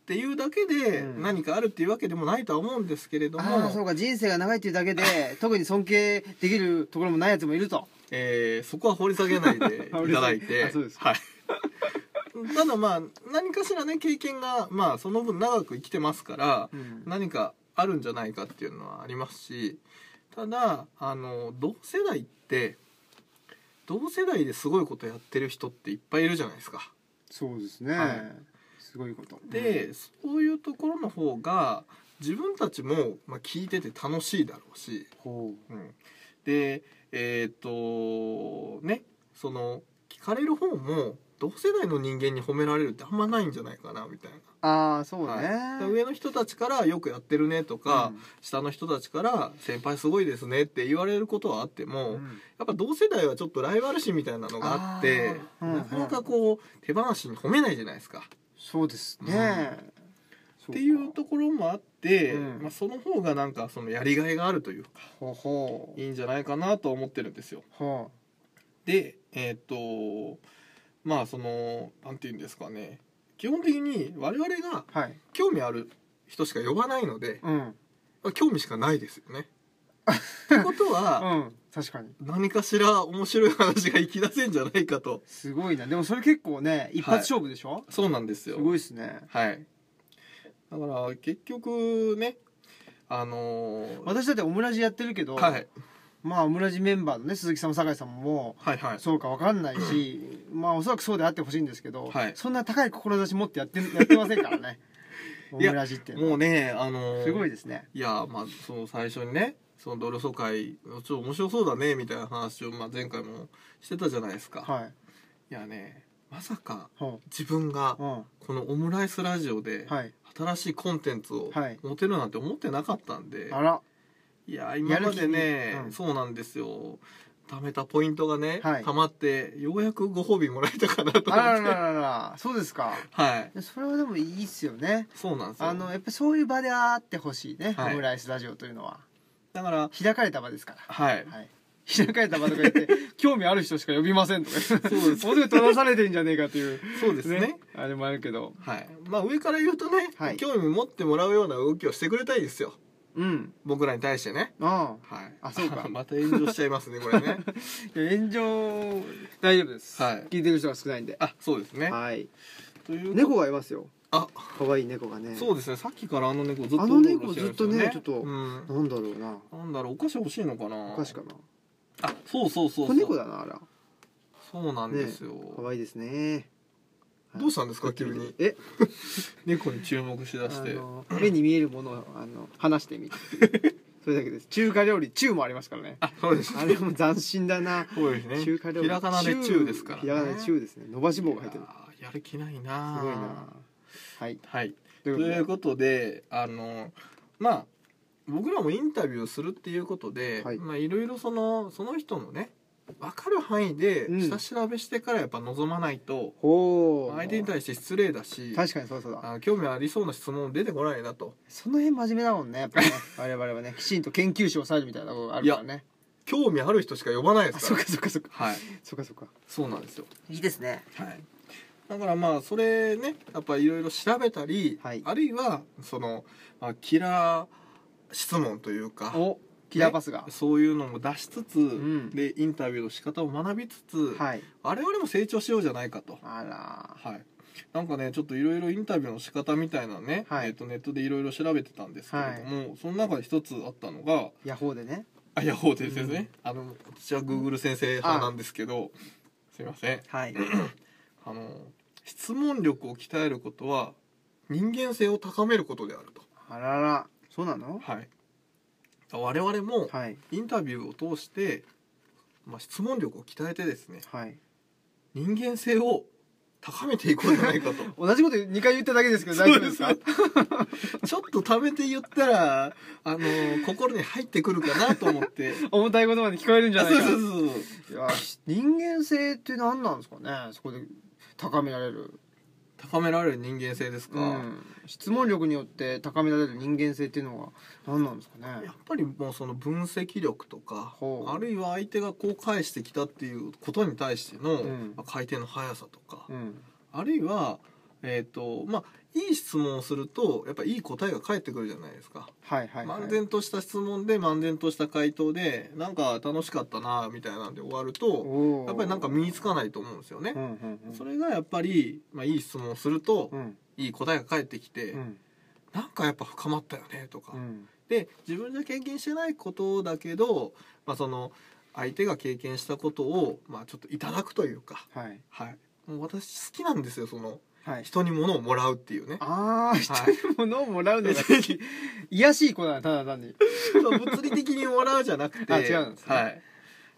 [SPEAKER 2] ていうだけで
[SPEAKER 1] うん
[SPEAKER 2] 何かあるっていうわけでもないとは思うんですけれども、
[SPEAKER 1] ああそうか人生が長いっていうだけで特に尊敬できるところもないやつもいると
[SPEAKER 2] えーそこは掘り下げな いでいただいて
[SPEAKER 1] あそうです
[SPEAKER 2] はい、ただまあ何かしらね経験が、まあ、その分長く生きてますから
[SPEAKER 1] うん
[SPEAKER 2] 何かあるんじゃないかっていうのはありますしただあの同世代って同世代ですごいことやってる人っていっぱいいるじゃないですか。
[SPEAKER 1] そうですね、
[SPEAKER 2] はい
[SPEAKER 1] すごいこと
[SPEAKER 2] で、そういうところの方が自分たちも、まあ、聞いてて楽しいだろうし、
[SPEAKER 1] ほ
[SPEAKER 2] うん、でえっ、とねその聞かれる方も同世代の人間に褒められるってあんまないんじゃないかなみたいな。
[SPEAKER 1] うああそうね、
[SPEAKER 2] はい、上の人たちからよくやってるねとか、下の人たちから先輩すごいですねって言われることはあっても、
[SPEAKER 1] うんう
[SPEAKER 2] や
[SPEAKER 1] ん
[SPEAKER 2] っぱ同世代はちょっとライバル心みたいなのがあって
[SPEAKER 1] あーうん
[SPEAKER 2] なかなかこう手放しに褒めないじゃないですか。
[SPEAKER 1] そうですね、そか
[SPEAKER 2] っていうところもあって、
[SPEAKER 1] うん
[SPEAKER 2] まあ、その方がなんかそのやりがいがあるというか
[SPEAKER 1] ほうほう
[SPEAKER 2] いいんじゃないかなと思ってるんですよ。
[SPEAKER 1] ほ
[SPEAKER 2] でえーっとまあそのなんて言うんですかね基本的に我々が
[SPEAKER 1] うはい
[SPEAKER 2] 興味ある人しか呼ばないので、
[SPEAKER 1] うん
[SPEAKER 2] まあ興味しかないですよね。ってことは、
[SPEAKER 1] うん確かに
[SPEAKER 2] 何かしら面白い話が生き出せんじゃないかと。
[SPEAKER 1] すごいなでもそれ結構ね一発勝負でしょ、
[SPEAKER 2] そうなんですよ。
[SPEAKER 1] すごいですね
[SPEAKER 2] はい。だから結局ね、あのー
[SPEAKER 1] 私だってオムラジやってるけど、
[SPEAKER 2] はい
[SPEAKER 1] まあオムラジメンバーのね鈴木さんも酒井さんも
[SPEAKER 2] はいはい。
[SPEAKER 1] そうかわかんないし、まあおそらくそうであってほしいんですけど、
[SPEAKER 2] はい
[SPEAKER 1] そんな高い志持ってやってやってませんからねオ
[SPEAKER 2] いや
[SPEAKER 1] ムラジ っていうのは
[SPEAKER 2] もうね、あのー
[SPEAKER 1] すごいですね
[SPEAKER 2] いやまあその最初にねその同僚総会ちょっと面白そうだねみたいな話を、まあ、前回もしてたじゃないですか、い、
[SPEAKER 1] はい
[SPEAKER 2] やねまさか
[SPEAKER 1] ほ
[SPEAKER 2] 自分が
[SPEAKER 1] ううん
[SPEAKER 2] このオムライスラジオで
[SPEAKER 1] はい
[SPEAKER 2] 新しいコンテンツを
[SPEAKER 1] はい
[SPEAKER 2] 持てるなんて思ってなかったんで、
[SPEAKER 1] あら
[SPEAKER 2] い、や今まで
[SPEAKER 1] やる
[SPEAKER 2] ね
[SPEAKER 1] 気、うん
[SPEAKER 2] そうなんですよ貯めたポイントがね、
[SPEAKER 1] はい
[SPEAKER 2] 貯まってようやくご褒美もらえたかなと
[SPEAKER 1] あら
[SPEAKER 2] 思っ
[SPEAKER 1] ら
[SPEAKER 2] て
[SPEAKER 1] らららそうですか
[SPEAKER 2] はい
[SPEAKER 1] それはでもいいっすよね
[SPEAKER 2] そうなんですよ
[SPEAKER 1] あのやっぱりそういう場であってほしいね、
[SPEAKER 2] はい
[SPEAKER 1] オムライスラジオというのは
[SPEAKER 2] だから
[SPEAKER 1] 開かれた場ですから
[SPEAKER 2] はい
[SPEAKER 1] はい、開かれた場とか言 って「興味ある人しか呼びません」とかそう
[SPEAKER 2] です
[SPEAKER 1] もうすぐ閉ざされてんじゃねえかという
[SPEAKER 2] そうですね
[SPEAKER 1] あれもあるけど
[SPEAKER 2] はいまあ上から言うとね、
[SPEAKER 1] はい
[SPEAKER 2] 興味持ってもらうような動きをしてくれたいですよ
[SPEAKER 1] うん
[SPEAKER 2] 僕らに対してね
[SPEAKER 1] あ
[SPEAKER 2] はい
[SPEAKER 1] あそうか
[SPEAKER 2] また炎上しちゃいますねこれ ね
[SPEAKER 1] あいや炎上大丈夫です、
[SPEAKER 2] はい
[SPEAKER 1] 聞いてる人が少ないんで
[SPEAKER 2] あそうですね
[SPEAKER 1] はい
[SPEAKER 2] という
[SPEAKER 1] 猫がいますよ
[SPEAKER 2] あ
[SPEAKER 1] 可愛い猫がね
[SPEAKER 2] そうですねさっきからあの猫ずっと
[SPEAKER 1] あの
[SPEAKER 2] う
[SPEAKER 1] 猫
[SPEAKER 2] ろうろして
[SPEAKER 1] ず
[SPEAKER 2] るん
[SPEAKER 1] っ
[SPEAKER 2] です
[SPEAKER 1] と
[SPEAKER 2] よ
[SPEAKER 1] ねちょっと
[SPEAKER 2] うん
[SPEAKER 1] なんだろうな
[SPEAKER 2] なんだろうお菓子欲しいのかな
[SPEAKER 1] おかしかな
[SPEAKER 2] あそうそうそうそ
[SPEAKER 1] 子
[SPEAKER 2] う
[SPEAKER 1] 猫だなあら
[SPEAKER 2] そうなんですよ、
[SPEAKER 1] 可愛いですねはい
[SPEAKER 2] どうしたんですか急に
[SPEAKER 1] え
[SPEAKER 2] 猫に注目しだ
[SPEAKER 1] あ
[SPEAKER 2] して
[SPEAKER 1] の目に見えるものをあの話してみる それだけです中華料理中もありますからね
[SPEAKER 2] あそうです
[SPEAKER 1] あれも斬新だな
[SPEAKER 2] そうですね
[SPEAKER 1] 中華料理
[SPEAKER 2] ひらがなで中ですからね
[SPEAKER 1] ひらがなで中ですね伸ばし棒が入ってる
[SPEAKER 2] いやーやる気ない
[SPEAKER 1] す
[SPEAKER 2] なー
[SPEAKER 1] ごいなはい
[SPEAKER 2] はい
[SPEAKER 1] と
[SPEAKER 2] と
[SPEAKER 1] いうこと
[SPEAKER 2] い
[SPEAKER 1] で
[SPEAKER 2] うことであのまあ僕らもインタビューするっていうことで、
[SPEAKER 1] はい
[SPEAKER 2] まあいろいろそのその人のね分かる範囲で
[SPEAKER 1] うん
[SPEAKER 2] 下調べしてからやっぱ望まないと、
[SPEAKER 1] ほう
[SPEAKER 2] 相手に対して失礼だし
[SPEAKER 1] 確かにそうそうだ
[SPEAKER 2] あ興味ありそうな質問出てこないなと
[SPEAKER 1] その辺真面目だもんねやっ ぱね我々はねきちんと研究賞をされるみたいなことがあるからね
[SPEAKER 2] 興味ある人しか呼ばないで
[SPEAKER 1] あ
[SPEAKER 2] す
[SPEAKER 1] そ
[SPEAKER 2] か
[SPEAKER 1] う
[SPEAKER 2] ら
[SPEAKER 1] かそうかそうか
[SPEAKER 2] はい
[SPEAKER 1] そうかそうか
[SPEAKER 2] そうなんですよ
[SPEAKER 1] いいですね
[SPEAKER 2] はいだからまあそれねやっぱいろいろ調べたり、
[SPEAKER 1] はい
[SPEAKER 2] あるいはその、まあ、キラー質問というか
[SPEAKER 1] おキラーパスが
[SPEAKER 2] そういうのも出しつつ、
[SPEAKER 1] ん
[SPEAKER 2] でインタビューの仕方を学びつつ、
[SPEAKER 1] はい
[SPEAKER 2] 我々も成長しようじゃないかと、
[SPEAKER 1] あ
[SPEAKER 2] はい、なんかねちょっといろいろインタビューの仕方みたいなね、
[SPEAKER 1] はい
[SPEAKER 2] えー、とネットでいろいろ調べてたんですけれども、その中で一つあったのが
[SPEAKER 1] らヤホーでね
[SPEAKER 2] あヤホー先生ですね、あの私はグーグル先生派なんですけどすいません
[SPEAKER 1] はい
[SPEAKER 2] あの質問力を鍛えることは人間性を高めることであると、
[SPEAKER 1] あららそうなの
[SPEAKER 2] はい、我々も
[SPEAKER 1] はい
[SPEAKER 2] インタビューを通して、まあ、質問力を鍛えてですね
[SPEAKER 1] はい
[SPEAKER 2] 人間性を高めていこうじゃない かと
[SPEAKER 1] 同じこと2回言っただけですけど大丈夫ですか
[SPEAKER 2] そう ちょっとためて言ったらあの心に入ってくるかなと思って
[SPEAKER 1] 重たい言葉に聞こえるんじゃ
[SPEAKER 2] あ
[SPEAKER 1] な
[SPEAKER 2] そ
[SPEAKER 1] いうか
[SPEAKER 2] そうそうそう
[SPEAKER 1] いや人間性って何なんですかねそこで高められる、
[SPEAKER 2] 高められる人間性ですか、
[SPEAKER 1] うん、質問力によって高められる人間性っていうのは何なんですか
[SPEAKER 2] や
[SPEAKER 1] ね
[SPEAKER 2] っぱりもうその分析力とか
[SPEAKER 1] ほう
[SPEAKER 2] あるいは相手がこう返してきたっていうことに対しての、
[SPEAKER 1] うん
[SPEAKER 2] まあ回転の速さとか、
[SPEAKER 1] うん
[SPEAKER 2] あるいはえっ、とまあいい質問をするとやっぱいい答えが返ってくるじゃないですか。
[SPEAKER 1] はいはいはい
[SPEAKER 2] 漫然とした質問で漫然とした回答でなんか楽しかったなみたいなんで終わると
[SPEAKER 1] おー
[SPEAKER 2] やっぱりなんか身につかないと思うんですよね
[SPEAKER 1] うん。うんうん
[SPEAKER 2] それがやっぱり、まあ、いい質問をすると
[SPEAKER 1] うん
[SPEAKER 2] いい答えが返ってきて、
[SPEAKER 1] うん
[SPEAKER 2] なんかやっぱ深まったよねとか、
[SPEAKER 1] うん
[SPEAKER 2] で自分じゃ経験してないことだけど、まあ、その相手が経験したことを、まあ、ちょっといただくというか、
[SPEAKER 1] はい
[SPEAKER 2] はい、もう私好きなんですよその
[SPEAKER 1] はい
[SPEAKER 2] 人に物をもらうっていうね
[SPEAKER 1] ああ人に物をもらうのが
[SPEAKER 2] はい
[SPEAKER 1] 好き癒やしい子だなただ単に
[SPEAKER 2] そう物理的にもらうじゃなくて
[SPEAKER 1] あ違うんですね
[SPEAKER 2] はい、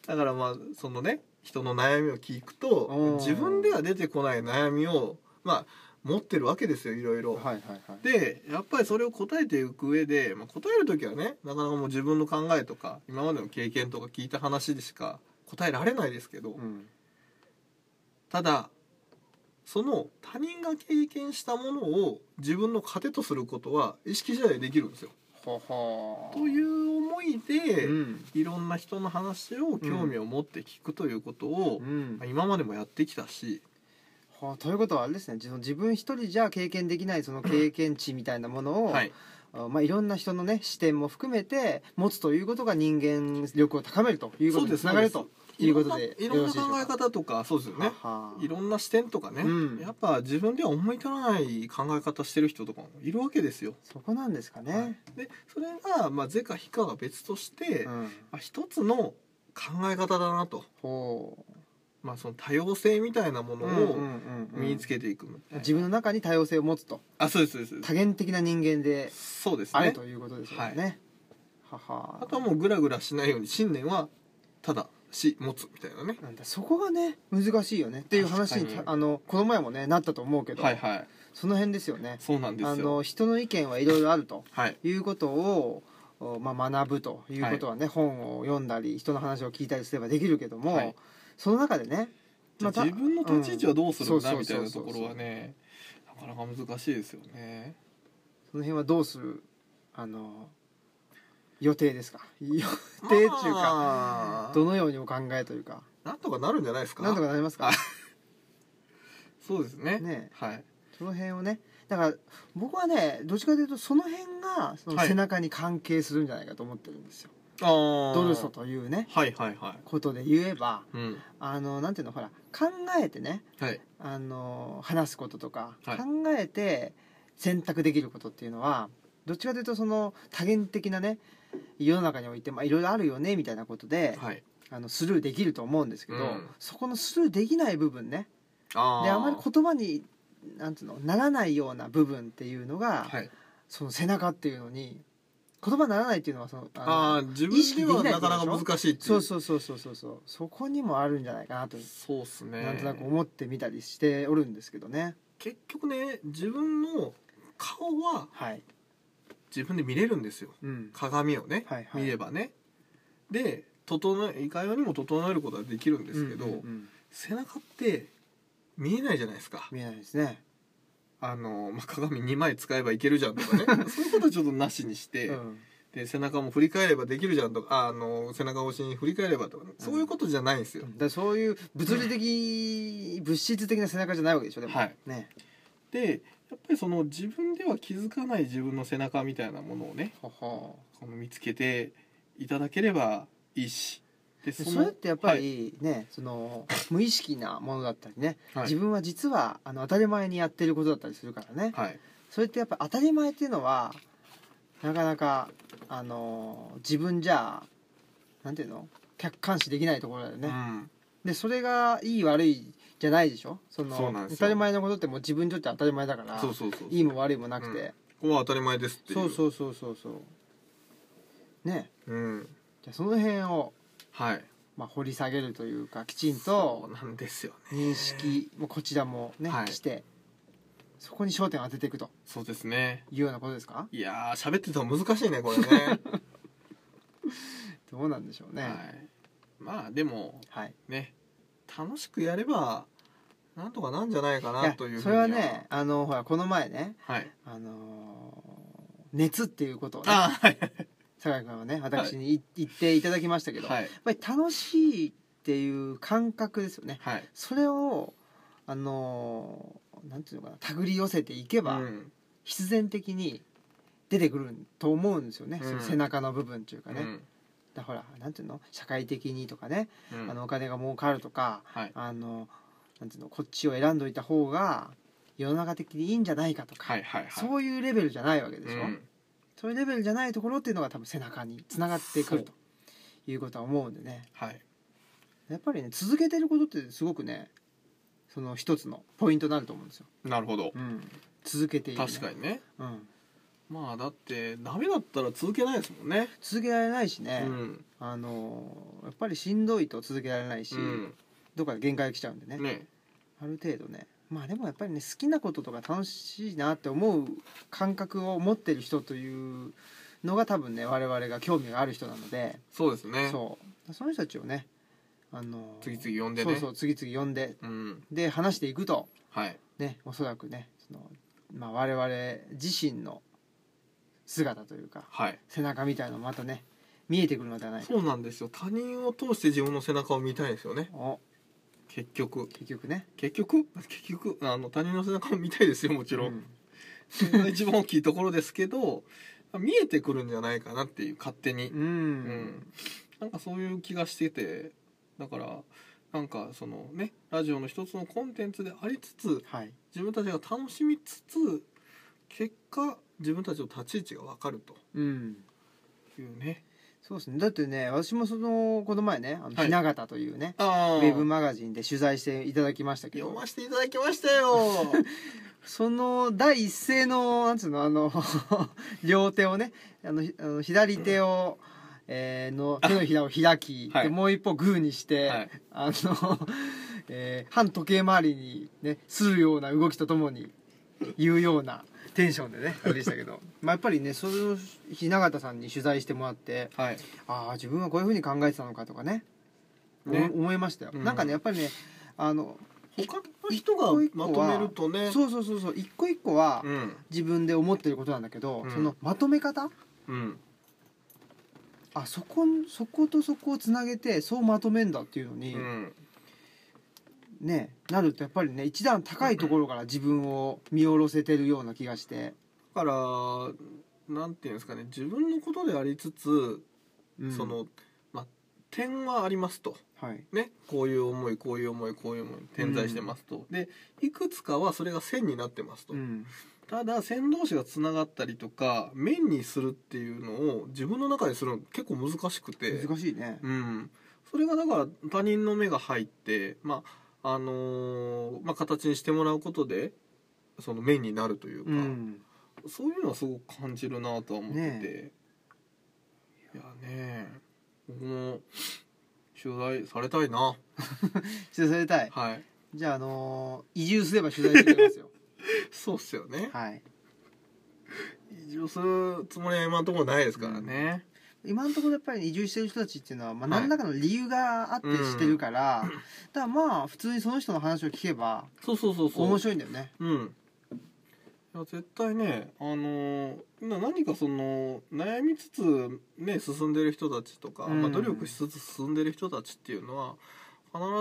[SPEAKER 2] だからまあそのね人の悩みを聞く
[SPEAKER 1] おー
[SPEAKER 2] と自分では出てこない悩みをまあ持ってるわけですよいろいろ。
[SPEAKER 1] はいはいはい
[SPEAKER 2] でやっぱりそれを答えていく上で、まあ、答える時はねなかなかもう自分の考えとか今までの経験とか聞いた話でしか答えられないですけど、
[SPEAKER 1] うん
[SPEAKER 2] ただその他人が経験したものを自分の糧とすることは意識次第でできるんですよ。
[SPEAKER 1] ほほ
[SPEAKER 2] という思いで、
[SPEAKER 1] うん
[SPEAKER 2] いろんな人の話を興味を持って聞くということを
[SPEAKER 1] う、ん
[SPEAKER 2] まあ今までもやってきたし、
[SPEAKER 1] はあということはあれですね自自分一人じゃ経験できないその経験値みたいなものを、
[SPEAKER 2] はい、
[SPEAKER 1] あまあ、いろんな人のね視点も含めて持つということが人間力を高めるということにつながるということで
[SPEAKER 2] いろんな
[SPEAKER 1] よろしいでしょう
[SPEAKER 2] 考
[SPEAKER 1] か
[SPEAKER 2] え方とかそうですよね
[SPEAKER 1] はあ
[SPEAKER 2] いろんな視点とかね、
[SPEAKER 1] うん
[SPEAKER 2] やっぱ自分では思い至らない考え方してる人とかもいるわけですよ。
[SPEAKER 1] そこなんですかね、
[SPEAKER 2] でそれが、まあ、是か非かは別として、
[SPEAKER 1] う
[SPEAKER 2] ま
[SPEAKER 1] ん、
[SPEAKER 2] あ、一つの考え方だなと、
[SPEAKER 1] ほ
[SPEAKER 2] まあ、その多様性みたいなも
[SPEAKER 1] う
[SPEAKER 2] のを身につ
[SPEAKER 1] け
[SPEAKER 2] けていく、
[SPEAKER 1] 自分の中に多様性を持つと
[SPEAKER 2] あそうですそうですそうで
[SPEAKER 1] 多元的な人間です
[SPEAKER 2] そうです
[SPEAKER 1] ある
[SPEAKER 2] ね
[SPEAKER 1] ということですよねはは
[SPEAKER 2] あとはもうグラグラしないように信念はただし持つみたいなね
[SPEAKER 1] なんだそこがね難しいよねっていう話に
[SPEAKER 2] 確かに
[SPEAKER 1] あのこの前もねなったと思うけど、
[SPEAKER 2] はい
[SPEAKER 1] その辺ですよね
[SPEAKER 2] そうなんで
[SPEAKER 1] あ
[SPEAKER 2] すよ
[SPEAKER 1] の人の意見はいろいろあると
[SPEAKER 2] はい
[SPEAKER 1] いうことを、おまあ、学ぶということはね、本を読んだり人の話を聞いたりすればできるけども、
[SPEAKER 2] はい
[SPEAKER 1] その中でね
[SPEAKER 2] じゃ
[SPEAKER 1] ま
[SPEAKER 2] あ
[SPEAKER 1] た
[SPEAKER 2] 自分の立ち位置はどうするんだ
[SPEAKER 1] うん
[SPEAKER 2] みたいな
[SPEAKER 1] そ
[SPEAKER 2] と
[SPEAKER 1] うそうそうそう
[SPEAKER 2] ころはねなかなか難しいですよね
[SPEAKER 1] その辺はどうするあの予定ですか予定中か、
[SPEAKER 2] まあ
[SPEAKER 1] どのようにお考えというか
[SPEAKER 2] なんとかなるんじゃないですか
[SPEAKER 1] なんとかなりますか
[SPEAKER 2] あそうですね
[SPEAKER 1] ね
[SPEAKER 2] はい
[SPEAKER 1] その辺をねだから僕はねどっちかというとその辺がその
[SPEAKER 2] はい
[SPEAKER 1] 背中に関係するんじゃないかと思ってるんですよ、
[SPEAKER 2] ああ
[SPEAKER 1] ドルソというね
[SPEAKER 2] はいはいは
[SPEAKER 1] ことで言えば
[SPEAKER 2] いうん
[SPEAKER 1] あのなんていうのほら考えてね
[SPEAKER 2] はい
[SPEAKER 1] あの話すこととか、
[SPEAKER 2] はい
[SPEAKER 1] 考えて選択できることっていうのはどっちかというとその多元的なね世の中においてまあいろいろあるよねみたいなことで、
[SPEAKER 2] はい
[SPEAKER 1] あのスルーできると思うんですけど、
[SPEAKER 2] うん
[SPEAKER 1] そこのスルーできない部分ね
[SPEAKER 2] あー
[SPEAKER 1] であまり言葉になんつうのならないような部分っていうのが、
[SPEAKER 2] はい
[SPEAKER 1] その背中っていうのに言葉にならないっていうのはそのの
[SPEAKER 2] ああ自分ではなかなか難しいっていう
[SPEAKER 1] そうそうそうそうそうそうそこにもあるんじゃないかなと、
[SPEAKER 2] そうですね
[SPEAKER 1] なんとなく思ってみたりしておるんですけどね
[SPEAKER 2] 結局ね自分の顔は
[SPEAKER 1] はい、
[SPEAKER 2] 自分で見れるんですよ
[SPEAKER 1] うん、
[SPEAKER 2] 鏡をね、
[SPEAKER 1] はいはい
[SPEAKER 2] 見ればねで整えいかようにも整えることはできるんですけど、
[SPEAKER 1] うんうんうん
[SPEAKER 2] 背中って見えないじゃないですか
[SPEAKER 1] 見えないですね、
[SPEAKER 2] あの、まあ、鏡2枚使えばいけるじゃんと かねそういうことはちょっとなしにして、
[SPEAKER 1] うん
[SPEAKER 2] で背中も振り返ればできるじゃんとかあの背中越しに振り返ればとかね、そういうことじゃないんですよ、
[SPEAKER 1] だからそういう物理的、物質的な背中じゃないわけでしょでも、
[SPEAKER 2] はい
[SPEAKER 1] ね
[SPEAKER 2] でやっぱりその自分では気づかない自分の背中みたいなものをね
[SPEAKER 1] ほほ
[SPEAKER 2] この見つけていただければいいしで
[SPEAKER 1] で
[SPEAKER 2] の
[SPEAKER 1] それってやっぱりね、その無意識なものだったりね、
[SPEAKER 2] はい
[SPEAKER 1] 自分は実はあの当たり前にやってることだったりするからね、
[SPEAKER 2] はい、
[SPEAKER 1] それってやっぱ当たり前っていうのはなかなかあの自分じゃなんていうの客観視できないところだよ
[SPEAKER 2] う
[SPEAKER 1] ね、
[SPEAKER 2] ん
[SPEAKER 1] でそれがいい悪いじゃないでしょその
[SPEAKER 2] そうなんです
[SPEAKER 1] 当
[SPEAKER 2] よ
[SPEAKER 1] たり前のことってもう自分にとって当たり前だから
[SPEAKER 2] そうそうそう
[SPEAKER 1] いいも悪いもなくて、
[SPEAKER 2] ここは当たり前ですっていう
[SPEAKER 1] そうそうそうそうそうね
[SPEAKER 2] う、うん、
[SPEAKER 1] じゃあその辺を、
[SPEAKER 2] はい
[SPEAKER 1] まあ、掘り下げるというかきちんと
[SPEAKER 2] そうなんですよね
[SPEAKER 1] 認識もこちらもね、
[SPEAKER 2] はい
[SPEAKER 1] してそこに焦点を当てていくと
[SPEAKER 2] そうですね
[SPEAKER 1] いうようなことですか
[SPEAKER 2] いやー喋ってたら難しいねこれね
[SPEAKER 1] どうなんでし ょうね
[SPEAKER 2] はいまあでも
[SPEAKER 1] はい
[SPEAKER 2] ね楽しくやればなんとかなんじゃないか
[SPEAKER 1] い
[SPEAKER 2] な
[SPEAKER 1] や
[SPEAKER 2] というふう
[SPEAKER 1] そ
[SPEAKER 2] に
[SPEAKER 1] れはねあのほらこの前ね
[SPEAKER 2] はい
[SPEAKER 1] あのー熱っていうことをね
[SPEAKER 2] あー
[SPEAKER 1] 酒井君はね私にい言っていただきましたけど、
[SPEAKER 2] はい
[SPEAKER 1] やっぱり楽しいっていう感覚ですよね
[SPEAKER 2] はい
[SPEAKER 1] それをあのーなんていうのかな手繰り寄せていけば、
[SPEAKER 2] うん
[SPEAKER 1] 必然的に出てくると思うんですよね、
[SPEAKER 2] うん
[SPEAKER 1] その背中の部分っていうか
[SPEAKER 2] う
[SPEAKER 1] ね、
[SPEAKER 2] ん
[SPEAKER 1] だからほらなんていうの社会的にとかね、
[SPEAKER 2] うん
[SPEAKER 1] あのお金が儲かるとか
[SPEAKER 2] はい
[SPEAKER 1] あのなんていうのこっちを選んどいた方が世の中的にいいんじゃないかとか、
[SPEAKER 2] はいはいはい
[SPEAKER 1] そういうレベルじゃないわけでしょ、
[SPEAKER 2] うん
[SPEAKER 1] そういうレベルじゃないところっていうのが多分背中につながってくると
[SPEAKER 2] そ
[SPEAKER 1] いうことは思うんでね
[SPEAKER 2] はい
[SPEAKER 1] やっぱりね続けてることってすごくねその一つのポイントになると思うんですよ、
[SPEAKER 2] なるほど
[SPEAKER 1] うん、続けている、
[SPEAKER 2] 確かにね
[SPEAKER 1] うん、
[SPEAKER 2] まあだってダメだったら続けないですもんね
[SPEAKER 1] 続けられないしね、
[SPEAKER 2] うん
[SPEAKER 1] あのやっぱりしんどいと続けられないし、
[SPEAKER 2] う
[SPEAKER 1] どっかで限界が来ちゃうんでね
[SPEAKER 2] んね
[SPEAKER 1] ある程度ねまあでもやっぱりね好きなこととか楽しいなって思う感覚を持ってる人というのが多分ね我々が興味がある人なので、
[SPEAKER 2] そうですね
[SPEAKER 1] そうその人たちをねあの
[SPEAKER 2] 次々呼んでね
[SPEAKER 1] そうそう次々呼んで
[SPEAKER 2] うん
[SPEAKER 1] で話していくと
[SPEAKER 2] はい
[SPEAKER 1] ねおそらくねその、まあ、我々自身の姿というか
[SPEAKER 2] はい
[SPEAKER 1] 背中みたいなのもまたね見えてくるのではないか
[SPEAKER 2] そうなんですよ他人を通して自分の背中を見たいですよね
[SPEAKER 1] お
[SPEAKER 2] 結局
[SPEAKER 1] 結局ね
[SPEAKER 2] 結局結局あの他人の背中を見たいですよもちろ、
[SPEAKER 1] うんん
[SPEAKER 2] それが一番大きいところですけど見えてくるんじゃないかなっていう勝手に
[SPEAKER 1] うん、
[SPEAKER 2] うんなんかそういう気がしててだからなんかそのねラジオの一つのコンテンツでありつつ
[SPEAKER 1] はい
[SPEAKER 2] 自分たちが楽しみつつ結果自分たちの立ち位置が分かると
[SPEAKER 1] うん
[SPEAKER 2] いうね
[SPEAKER 1] そうですねだってね私もそのこの前ねあの
[SPEAKER 2] はい
[SPEAKER 1] 雛形というね、
[SPEAKER 2] あ
[SPEAKER 1] ウ
[SPEAKER 2] あ
[SPEAKER 1] ェブマガジンで取材していただきましたけ
[SPEAKER 2] 読
[SPEAKER 1] ど
[SPEAKER 2] ませていただきました よ
[SPEAKER 1] その第一声のなんつうのあの 両手をねあのひあの左手を、えーの手のひらを開き、
[SPEAKER 2] はい
[SPEAKER 1] でもう一歩グーにして、
[SPEAKER 2] はい
[SPEAKER 1] あの、えー反時計回りにねするような動きとともに言うようなテンションでねあれでしたけ どまあやっぱりねその雛形さんに取材してもらって
[SPEAKER 2] はい
[SPEAKER 1] ああ自分はこういうふうに考えてたのかとかね
[SPEAKER 2] ね
[SPEAKER 1] お思いましたよ、
[SPEAKER 2] うん
[SPEAKER 1] なんかねやっぱりねあの
[SPEAKER 2] 他の人がまとめるとね
[SPEAKER 1] そうそうそうそう一個一個は
[SPEAKER 2] うん
[SPEAKER 1] 自分で思ってることなんだけど、
[SPEAKER 2] うん
[SPEAKER 1] そのまとめ方
[SPEAKER 2] うん
[SPEAKER 1] あそこそことそこをつなげてそうまとめんだっていうのに、
[SPEAKER 2] うん
[SPEAKER 1] ねなるとやっぱりね一段高いところから自分を見下ろせてるような気がして、
[SPEAKER 2] だからなんていうんですかね自分のことでありつつ、
[SPEAKER 1] うん
[SPEAKER 2] そのまあ点はありますと
[SPEAKER 1] はい
[SPEAKER 2] ねこういう思いこういう思いこういう思い点在してますと、でいくつかはそれが線になってますと、
[SPEAKER 1] うん
[SPEAKER 2] ただ線同士がつながったりとか面にするっていうのを自分の中でするの結構難しくて
[SPEAKER 1] 難しいね、
[SPEAKER 2] うん、それがだから他人の目が入って、まああのーまあ、形にしてもらうことでその面になるというか、
[SPEAKER 1] うん、
[SPEAKER 2] そういうのはすごく感じるなとは思ってて、いやね僕も取材されたいな
[SPEAKER 1] 取材されたい
[SPEAKER 2] はい
[SPEAKER 1] じゃああのー移住すれば取材してくれます よ
[SPEAKER 2] そうっすよね
[SPEAKER 1] はい
[SPEAKER 2] 移住するつもりは今のところないですからね、
[SPEAKER 1] 今のところやっぱり移住してる人たちっていうのは、まあ、
[SPEAKER 2] はい
[SPEAKER 1] 何らかの理由があってしてるから、だからまあ普通にその人の話を聞けば
[SPEAKER 2] そうそうそうそう
[SPEAKER 1] 面白いんだよね
[SPEAKER 2] うんいや絶対ね、あのーな何かその悩みつつ、ね、進んでる人たちとか、
[SPEAKER 1] うん
[SPEAKER 2] まあ、努力しつつ進んでる人たちっていうのは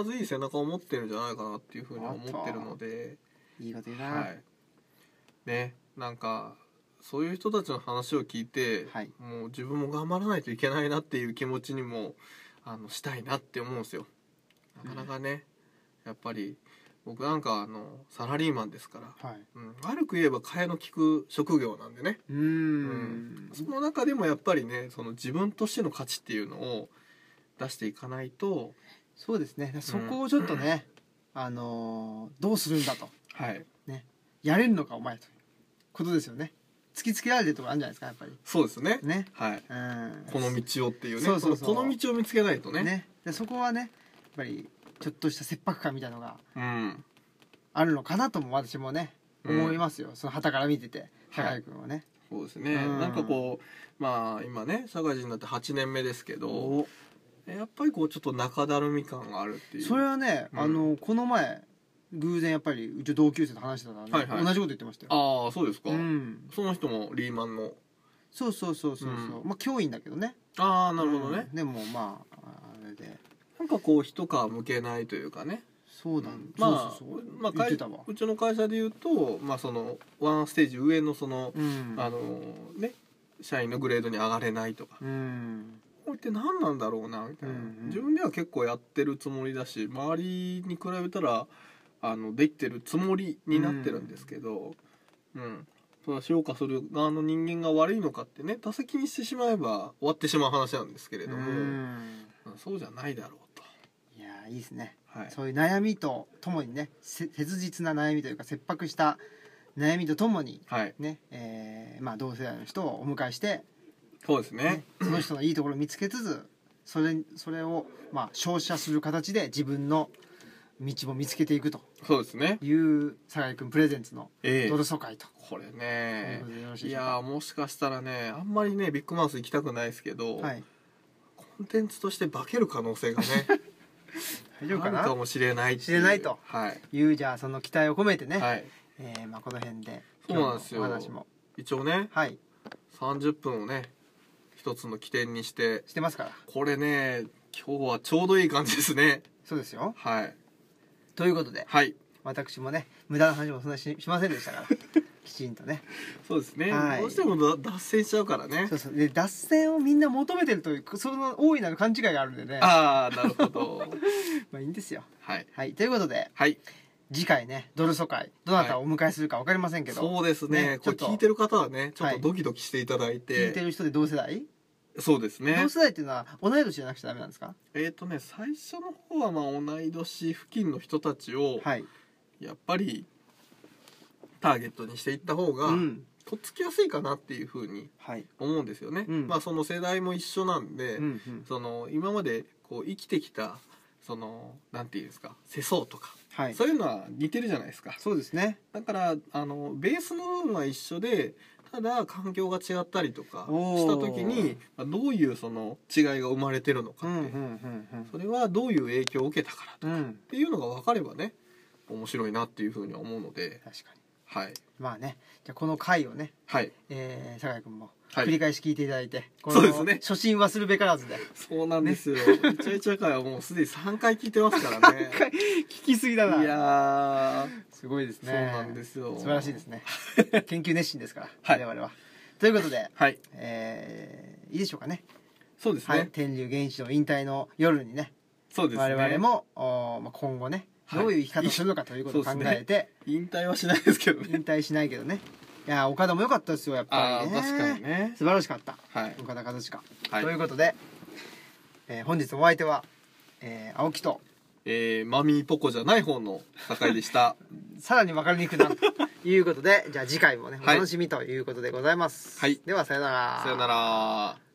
[SPEAKER 2] 必ずいい背中を持ってるんじゃないかなっていうふうには思ってるので、
[SPEAKER 1] いいこと言うな
[SPEAKER 2] は、いね、なんかそういう人たちの話を聞いて、
[SPEAKER 1] はい
[SPEAKER 2] もう自分も頑張らないといけないなっていう気持ちにもあのしたいなって思うんですよ。なかなかね、やっぱり僕なんかあのサラリーマンですから
[SPEAKER 1] はい、
[SPEAKER 2] うん、悪く言えば替えの利く職業なんでね
[SPEAKER 1] うーん
[SPEAKER 2] その中でもやっぱりねその自分としての価値っていうのを出していかないと
[SPEAKER 1] そうですねそこをちょっとね、あのーどうするんだと
[SPEAKER 2] はい
[SPEAKER 1] やれるのかお前ということですよね突きつけられてるところあるんじゃないですかやっぱり
[SPEAKER 2] そうですね
[SPEAKER 1] ね
[SPEAKER 2] はい
[SPEAKER 1] うん
[SPEAKER 2] この道をっていうね
[SPEAKER 1] そうそうそう
[SPEAKER 2] このこの道を見つけないとね
[SPEAKER 1] ねでそこはねやっぱりちょっとした切迫感みたいのが
[SPEAKER 2] うん
[SPEAKER 1] あるのかなとも私もね思い
[SPEAKER 2] す、
[SPEAKER 1] ますよ、その旗から見てて
[SPEAKER 2] は
[SPEAKER 1] 高
[SPEAKER 2] い
[SPEAKER 1] 井君はね、
[SPEAKER 2] うんそうですね、
[SPEAKER 1] うん
[SPEAKER 2] なんかこうまあ今ね社会人になって8年目ですけどやっぱりこうちょっと中だるみ感があるっていう
[SPEAKER 1] それはね、
[SPEAKER 2] うん
[SPEAKER 1] あのこの前偶然やっぱりうちの同級生と話してたら、ね
[SPEAKER 2] はいはい
[SPEAKER 1] 同じこと言ってましたよ
[SPEAKER 2] ああそうですか、
[SPEAKER 1] うん、
[SPEAKER 2] その人もリーマンの
[SPEAKER 1] そうそうそうそうそう、
[SPEAKER 2] う
[SPEAKER 1] まあ教員だけどね
[SPEAKER 2] ああなるほどね、
[SPEAKER 1] うんでもまああれで
[SPEAKER 2] なんかこう一皮むけないというかね
[SPEAKER 1] そうなん、
[SPEAKER 2] まあ
[SPEAKER 1] そうそうそう
[SPEAKER 2] まあ
[SPEAKER 1] 言っ
[SPEAKER 2] 会
[SPEAKER 1] てたわ
[SPEAKER 2] うちの会社で言うと、まあ、そのワンステージ上のその、
[SPEAKER 1] うん
[SPEAKER 2] あのね社員のグレードに上がれないとか
[SPEAKER 1] うん
[SPEAKER 2] これって何なんだろうなみたいな、
[SPEAKER 1] うんうん
[SPEAKER 2] 自分では結構やってるつもりだし周りに比べたらあのできてるつもりになってるんですけど、うんその評価する側の人間が悪いのかってね打席にしてしまえば終わってしまう話なんですけれども、
[SPEAKER 1] うん
[SPEAKER 2] そうじゃないだろうと。
[SPEAKER 1] いやあいいですね、
[SPEAKER 2] はい
[SPEAKER 1] そういう悩みとともにねせ切実な悩みというか切迫した悩みとともに
[SPEAKER 2] はい
[SPEAKER 1] ねえーまあ、同世代の人をお迎えして、
[SPEAKER 2] そうですね
[SPEAKER 1] ねその人のいいところを見つけつつそれそれを、まあ、照射する形で自分の道も見つけていくと
[SPEAKER 2] そうですね
[SPEAKER 1] いう酒井君プレゼンツの
[SPEAKER 2] ええ
[SPEAKER 1] ドル疎開と
[SPEAKER 2] これ
[SPEAKER 1] いう
[SPEAKER 2] ね
[SPEAKER 1] ことでよろしい
[SPEAKER 2] い
[SPEAKER 1] でしょう
[SPEAKER 2] やーもしかしたらねあんまりねビッグマウス行きたくないですけど、
[SPEAKER 1] か、はい、
[SPEAKER 2] コンテンツとして化ける可能性 がね
[SPEAKER 1] 大丈夫
[SPEAKER 2] あ
[SPEAKER 1] か
[SPEAKER 2] るか
[SPEAKER 1] な
[SPEAKER 2] もしれないってう
[SPEAKER 1] 知れないと
[SPEAKER 2] はい、
[SPEAKER 1] いうじゃあその期待を込めてね、
[SPEAKER 2] はい、
[SPEAKER 1] えーまあ、この辺で
[SPEAKER 2] そうなんですよ
[SPEAKER 1] 今日のお話も
[SPEAKER 2] 一応ね
[SPEAKER 1] はい
[SPEAKER 2] 30分をね一つの起点にして
[SPEAKER 1] してますから
[SPEAKER 2] これね今日はちょうどいい感じですね
[SPEAKER 1] そうですよ
[SPEAKER 2] はい
[SPEAKER 1] ということで
[SPEAKER 2] はい
[SPEAKER 1] 私もね無駄な話もそんなししませんでしたから きちんとね
[SPEAKER 2] そうですね、
[SPEAKER 1] はい
[SPEAKER 2] どうしてもだ脱線しちゃうからね
[SPEAKER 1] そうそうで脱線をみんな求めてるというその大いなる勘違いがあるんでね
[SPEAKER 2] ああなるほど
[SPEAKER 1] まあいいんですよ
[SPEAKER 2] はい
[SPEAKER 1] はいということで
[SPEAKER 2] はい
[SPEAKER 1] 次回ねドル疎開どなたをお迎えするか分かりませんけど、
[SPEAKER 2] そうですね
[SPEAKER 1] ね
[SPEAKER 2] これ
[SPEAKER 1] ちょっと
[SPEAKER 2] 聞いてる方はねちょっ
[SPEAKER 1] はい
[SPEAKER 2] とドキドキしていただいて,、
[SPEAKER 1] 聞いてる人で同世代、
[SPEAKER 2] そうですね
[SPEAKER 1] 同世代っていうのは同い年じゃなくちゃダメなんですか
[SPEAKER 2] えっ、とね最初の方はまあ同い年付近の人たちを
[SPEAKER 1] はい、
[SPEAKER 2] やっぱりターゲットにしていった方
[SPEAKER 1] う
[SPEAKER 2] が、
[SPEAKER 1] ん
[SPEAKER 2] とっつきやすいかなっていうふうに
[SPEAKER 1] はい
[SPEAKER 2] 思うんですよね、
[SPEAKER 1] うん
[SPEAKER 2] まあその世代も一緒なんで、
[SPEAKER 1] うんうん、
[SPEAKER 2] その今までこう生きてきたそのなんていうんですか世相とか、
[SPEAKER 1] はい
[SPEAKER 2] そういうのは似てるじゃないですか
[SPEAKER 1] そうですね
[SPEAKER 2] だからあのベースの部分は一緒でただ環境が違ったりとか
[SPEAKER 1] おー
[SPEAKER 2] した時にまあどういうその違いが生まれてるのか
[SPEAKER 1] うん
[SPEAKER 2] っ
[SPEAKER 1] う
[SPEAKER 2] て、
[SPEAKER 1] んうん
[SPEAKER 2] それはどういう影響を受けたからとか
[SPEAKER 1] うんうん
[SPEAKER 2] っていうのが分かればね面白いなっていうふうには思うので
[SPEAKER 1] 確かに
[SPEAKER 2] はい
[SPEAKER 1] まあねじゃあこの回をね、
[SPEAKER 2] はい
[SPEAKER 1] えー、酒井君も
[SPEAKER 2] は
[SPEAKER 1] 繰り
[SPEAKER 2] い
[SPEAKER 1] 返し聞いていただいて、こ
[SPEAKER 2] そうですね
[SPEAKER 1] 初心忘るべからずで
[SPEAKER 2] そうなんですよ、イチャイチャ会はもうすでに3回聞いてますからね
[SPEAKER 1] 聞きすぎ だない
[SPEAKER 2] やー
[SPEAKER 1] すごいですね
[SPEAKER 2] そうなんですよ
[SPEAKER 1] 素晴らしい ですね研究熱心ですから、
[SPEAKER 2] は
[SPEAKER 1] 我
[SPEAKER 2] い
[SPEAKER 1] 々はということで、
[SPEAKER 2] はい
[SPEAKER 1] えーいいでしょうかね
[SPEAKER 2] そうですね、
[SPEAKER 1] はい、天竜源一の引退の夜にね
[SPEAKER 2] そうですね
[SPEAKER 1] 我々もおーまあ今後ね
[SPEAKER 2] はい
[SPEAKER 1] どういう生き方をするのかということを考
[SPEAKER 2] そうですね
[SPEAKER 1] えて、
[SPEAKER 2] 引退はしないですけどね
[SPEAKER 1] 引退しないけどねいやー岡田も良かったですよやっぱ
[SPEAKER 2] ああ
[SPEAKER 1] りね
[SPEAKER 2] 確かにね
[SPEAKER 1] 素晴らしかった
[SPEAKER 2] はい
[SPEAKER 1] 岡田和親、
[SPEAKER 2] はい
[SPEAKER 1] ということで、えー本日お相手は、えー青木と
[SPEAKER 2] えーマミーポコじゃない方の酒井でした
[SPEAKER 1] さらに分かりにくくなるということでじゃあ次回もねお
[SPEAKER 2] はい
[SPEAKER 1] 楽しみということでございます、
[SPEAKER 2] はい
[SPEAKER 1] ではさよなら
[SPEAKER 2] さよなら